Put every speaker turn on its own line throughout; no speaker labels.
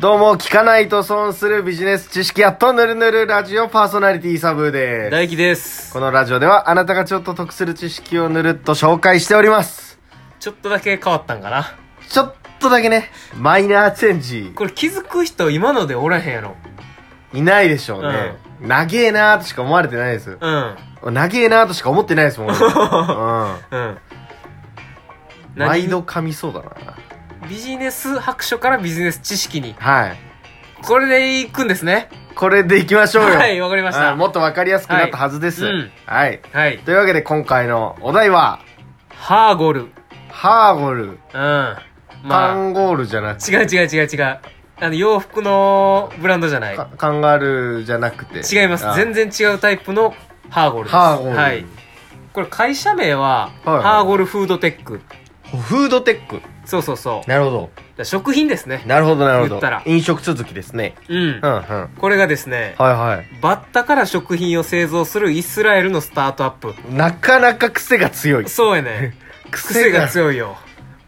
どうも、聞かないと損するビジネス知識やっとぬるぬるラジオパーソナリティサブーです。
大輝です
このラジオではあなたがちょっと得する知識をぬるっと紹介しております。
ちょっとだけ変わったんかな
ちょっとだけね、マイナーチェンジ、
これ気づく人今のでおらへんやろ
いないでしょうね。長えなーとしか思われてないです。
うん
長えなーとしか思ってないですもん、俺 う
うん
ん。毎
何
度噛みそうだな。
ビジネス白書からビジネス知識に
はい。
これでいくんですね
これでいきましょうよ。
はいわかりました
うんもっとわかりやすくなったはずです。
はいうん
はい。
はい
というわけで今回のお題は、
ハーゴルうん
ハーゴル、
ま
カ
あ
ンゴールじゃなくて、
違う違う違う違うあの洋服のブランドじゃない
かカンガルーじゃなくて。
違います
あ
全然違うタイプのハーゴルです
ハーゴル。
はいこれ会社名は、
はいはい
ハーゴルフードテック
フードテック。
そうそうそうだか
なるほど。
ら食品ですね
なるほど、なるほ
言
ど
ったら。
飲食続きですね。
うん
うん、うん。はい
これがですね、
は
バッタから食品を製造するイスラエルのスタートアップ。
い。なかなか癖が強い。
そうや ね。癖が
い。
強いよ。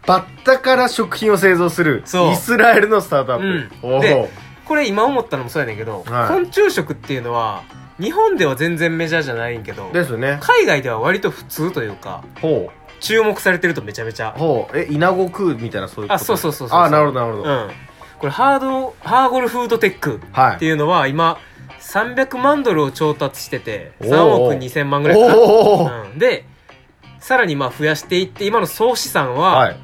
バッタから食品を製造する、
そう
イスラエルのスタートア
う
ッ
ん
プ。おお
でこれ今思ったのもそうやねんけど、
はい
昆虫食っていうのは、日本では全然メジャーじゃないんけど、
ですね。
海外では割と普通というか、
ほ
注目されてるとめちゃめち
う。
ゃ。
ほう。え、イナゴ食うみたいなそういうこと
あ、そうそうそうそう。
あ、なるほど、なる
う
ほど。
ん。これハード、ハーゴルフードテック
はい。
っていうのは今、300万ドルを調達してて、
おー
3億2000万ぐらいかな
おお、
うん、で、さらにまあ増やしていって、今の総資産
は。
はい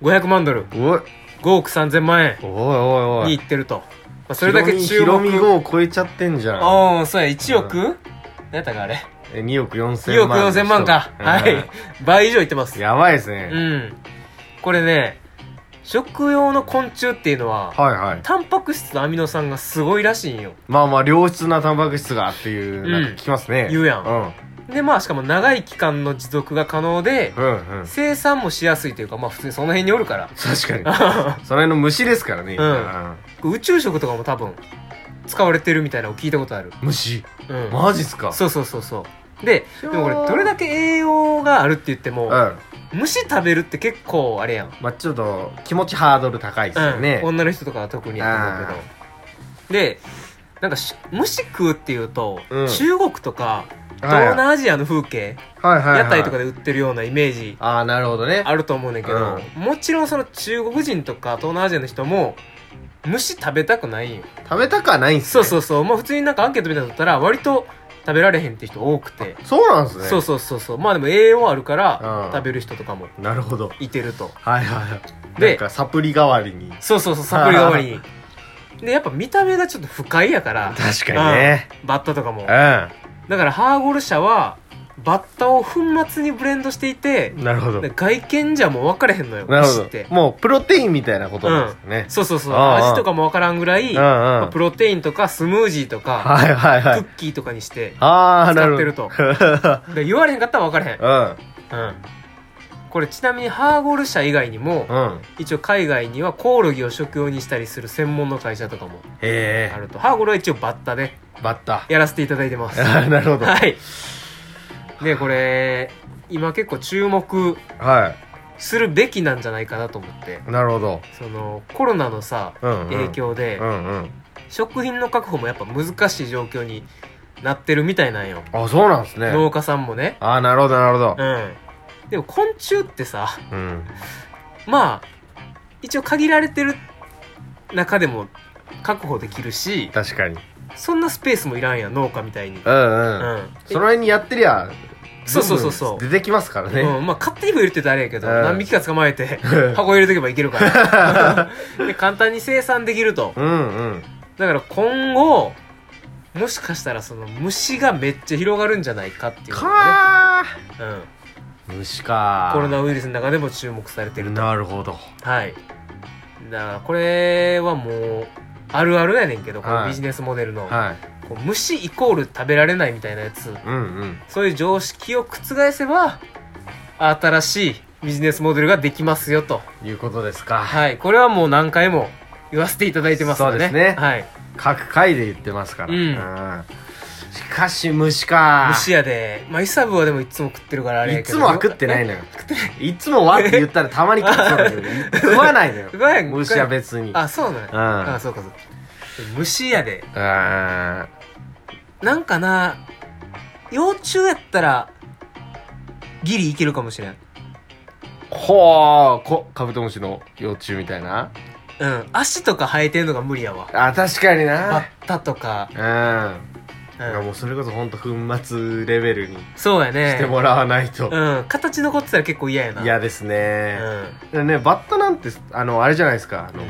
500万ドル、
おい、
5億3000万円
おいおいお
に
い。
いってると。まあ、それだけ注
ヒロ
目
ミ。ヒロミ号を超えちゃってんじゃん。
ああ、そうや、1億、
う
何やったかあれ。
え、2億4千
2
万。
億4000万か。
うん
はい。倍以上いってます。
やばいです
う
ね。
ん。これね、食用の昆虫っていうのは、
はいはい。
タンパク質とアミノ酸がすごいらしいんよ。
まあまあ、良質なタンパク質がっていう、
うん
なんか聞きますね。
言うやん
うん。
で、まあ、しかも長い期間の持続が可能で、
うんうん。
生産もしやすいというか、まあ、普通にその辺におるから。
確か に。それの虫ですからね。
うん宇宙食とかも多分使われてるみたいなのを聞いたことある、
うん。虫。
うん
マジっすか
そうそうそうそうででもこれどれだけ栄養があるって言って
う
も
ん。、ま
虫食べるって結構あれやん、
あちょっと、気持ちハードル高いですよね
うん、。女の人とかは特にやと思うけどでなんかし虫食うっていうと、
うん
中国とか
はい
東南アジアの風景、
はいはいはい。
屋台とか
で。
で売ってるようなイメージ
ああ、なるほどね。
あると思うねんけど、
う
もちろんその中国人とか東南アジアの人も虫食べたくないんよ
食べたくはないんすね
そうそうそう。まあ普通になんかアンケートみたいなの取ったら、割と食べられへんって人多くて。
そうなんですね。
そうそうそうそう。まあでも栄養あるから
う、ん
食べる人とかも
なるほど。
いてると。
はいはいはい。
で
なんかサプリ代わりに。
そうそうそう、サプリ代わりに。で、やっぱ見た目がちょっと不快 やから、
確かにね。
バッタとかも。
う
だからハーゴル社は、バッタを粉末にブレンドしていて、
ん。なるほど。
で外見じゃもう分かれへんのよ、
なるほ
虫っ
ど
て。。
もうプロテインみたいなことなんですよね。
そうそうそう。
ああああ
味とかも分からんぐら
う
い、
んうん。
まあプロテインとかスムージーとか、
はいはい
ク
はい。
ッキーとかにして、
ああ、な
使
る
っ
ほ
てる
ど。
と。で言われへんかったら分からへん。うん。これちなみにハーゴル社以外にも、
うん。うん。
一応海外にはコオロギを食用にしたりする専門の会社とかも
へ
あ
え。
ると。ハーゴルは一応バッタで
バッタ。
やらせていただいてます。
あ
は。
ーなるほど。はい
で、これ、今結構注目するべきなんじゃないかなと思って。
い。なるほど。
その、コロナのさ、
うんうん。
影。響で
う、んうん。
食品の確保もやっぱ難しい状況になってるみたいなんよ。
あ、そうなんですね。
農家さんもね。
ああ、なるほど、なるほど
う。ん。でも昆虫ってさ、
うん。
まあ一応限られてる中でも確保できるし
確かに。
そんなスペースもいらんやん農家みたいに、うん
うんうん。その辺にやってりゃ、
そうそうそうそう
全部出てきますから
え
ね。
うん、まあ勝手に増えるって言ったらあれやけど、
うん
何匹か捕まえて箱入れとけばいけるから で簡単に生産できると
うんうん。
だから今後もしかしたらその虫がめっちゃ広がるんじゃないかっていうのが
か
ね、うん、
ー虫かー
コロナウイルスの中でも注目されてると
なるほど。
はいだからこれはもうあるあるやねんけどこ
は
の
い
ビジネスモデルの、
はい。
こう虫イコール食べられないみたいなやつ
うんうん。
そういう常識を覆せば新しいビジネスモデルができますよと
いうことですか。
はいこれはもう何回も言わせていただいてますので、
そうですね
はい
各回で言ってますから。
うん
んしかし虫か
虫やでまあイサブはでもいつも食ってるからあれや
い
け
つ
ど
もは食ってないのよ
食ってない
いつもはって言ったらたまに食ってたんだ けど食わないのよ
食わない
虫は別に
あそうなんや
うん
あそうかそうか虫やで
あ
なんかな幼虫やったらギリいけるかもしれん
ーほーこカブトムシの幼虫みたいな
うん足とか生えてんのが無理やわ
あ確かに
バッ
な
タとか
うん、なん
う
か
ん
もうそれこそほんと粉末レベルに
そうやね
してもらわないと
うん形残ってたら結構嫌やな
嫌ですね、
うん
でねバッタなんてあのあれじゃないですかあの、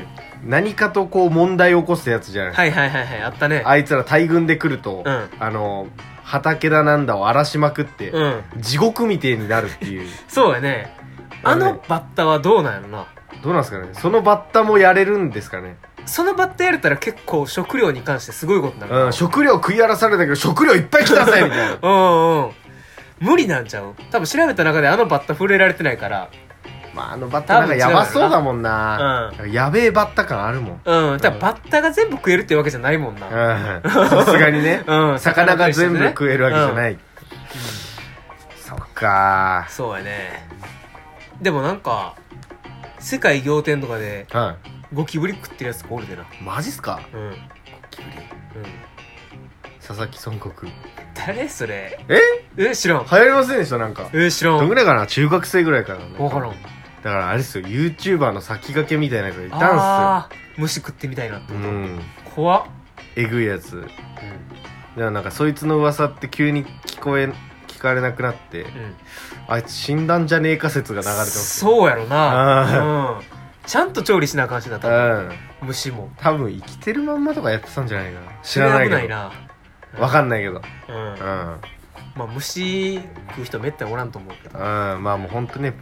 何かとこう問題を起こすやつじゃないですか、
はいはいはいはいあったね
あいつら大群で来ると、
うん
あの畑だなんだを荒らしまくって、
うん
地獄みてえになるっていう
そうやねあのバッタはどうなんやろな
どうなんですかねそのバッタもやれるんですかね、
そのバッタやれたら結構食料に関してすごいことになる
うん、食料食い荒らされたけど食料いっぱい来たぜみたい な
うんうん無理なんちゃう多分調べた中であのバッタ触れられてないから
まああのバッタなんかやばそうだもんな
多分違うよな
やべえバッタ感ある もん
うんだからバッタが全部食えるってわけじゃないもん
うん
な
さすがにね
うん、
魚が全部食えるわけじゃないい、そっか
そうやねでもなんか世界仰天とかで
ーは
ゴキブリ食ってるやつとかおるでない
マジっすか
うん、うん、
佐々木孫悟空
誰それ
え
え知らん
流行りませんでしたなんか
え知ら
どん
ん
ぐらいかな中学生ぐらいからね
分からん
だからあれっすよ YouTuber の先駆けみたいなやつがいたん
ああー虫食ってみたいなって
すよう
こと、
ん
怖っ、
えぐいやつでもなんかそいつの噂って急に聞こえ聞かれなくなって
うんうん、
あいつ死んだんじゃねえか説が流れてます
そうやろな
あ
うんちゃんと調理しなあかんしな
う
多分
ん
虫も
多分生きてるまんまとかやってたんじゃないかな知らない
それ
け
危
ど
な
わかんないけど
いなうん
うんうん
まあ虫食う人めったにおらんと思うけど
まあもうほんとね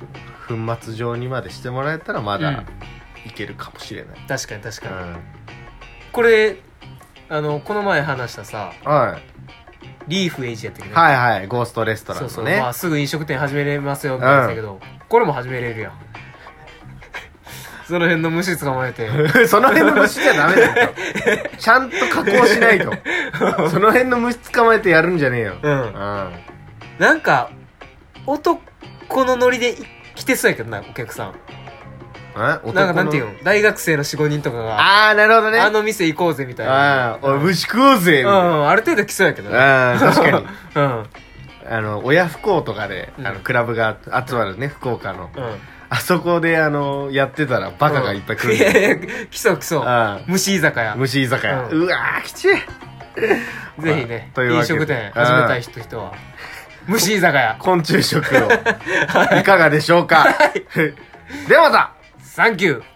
粉末状にまでしてもらえたらまだいけるかもしれない
確かに確かに、
う
これあのこの前話したさ
んはい
リーフエイジやったけど、
はいはいゴーストレストラン
そ
の
うそう、
ね
まあ、すぐ飲食店始めれますよみたいなやつやけど、これも始めれ るやんその辺の虫捕ま えて
その辺の虫じゃダメだよ。ちゃんと加工しないと。その辺の虫捕まえてやるんじゃねえよ。
う
うんん。
なんか男のノリで来てそうやけどなお客さん
え
なんかなんていう
の
の大学生の45人とかがあ,、
あー、なるほどね。
の店行こうぜみたいな
あー、おい、虫食おうぜ。
う
みたいなん
ある程度来そうやけどね
あー確かに。
うん
あの、親不幸とかで、あ
うん
の、クラブが集まるね、福岡の。
うん
あそこで、あの、やってたらバカがいっぱい来
うんいや
る。
いや来そう来そう
あー
虫居酒屋
虫居酒屋。
うん
うわー、きちい。
ぜひね
あというわ
飲
けで
食店始めたい人人は虫居酒屋
昆 虫食を。いかがでしょうか。ではまた
サンキュー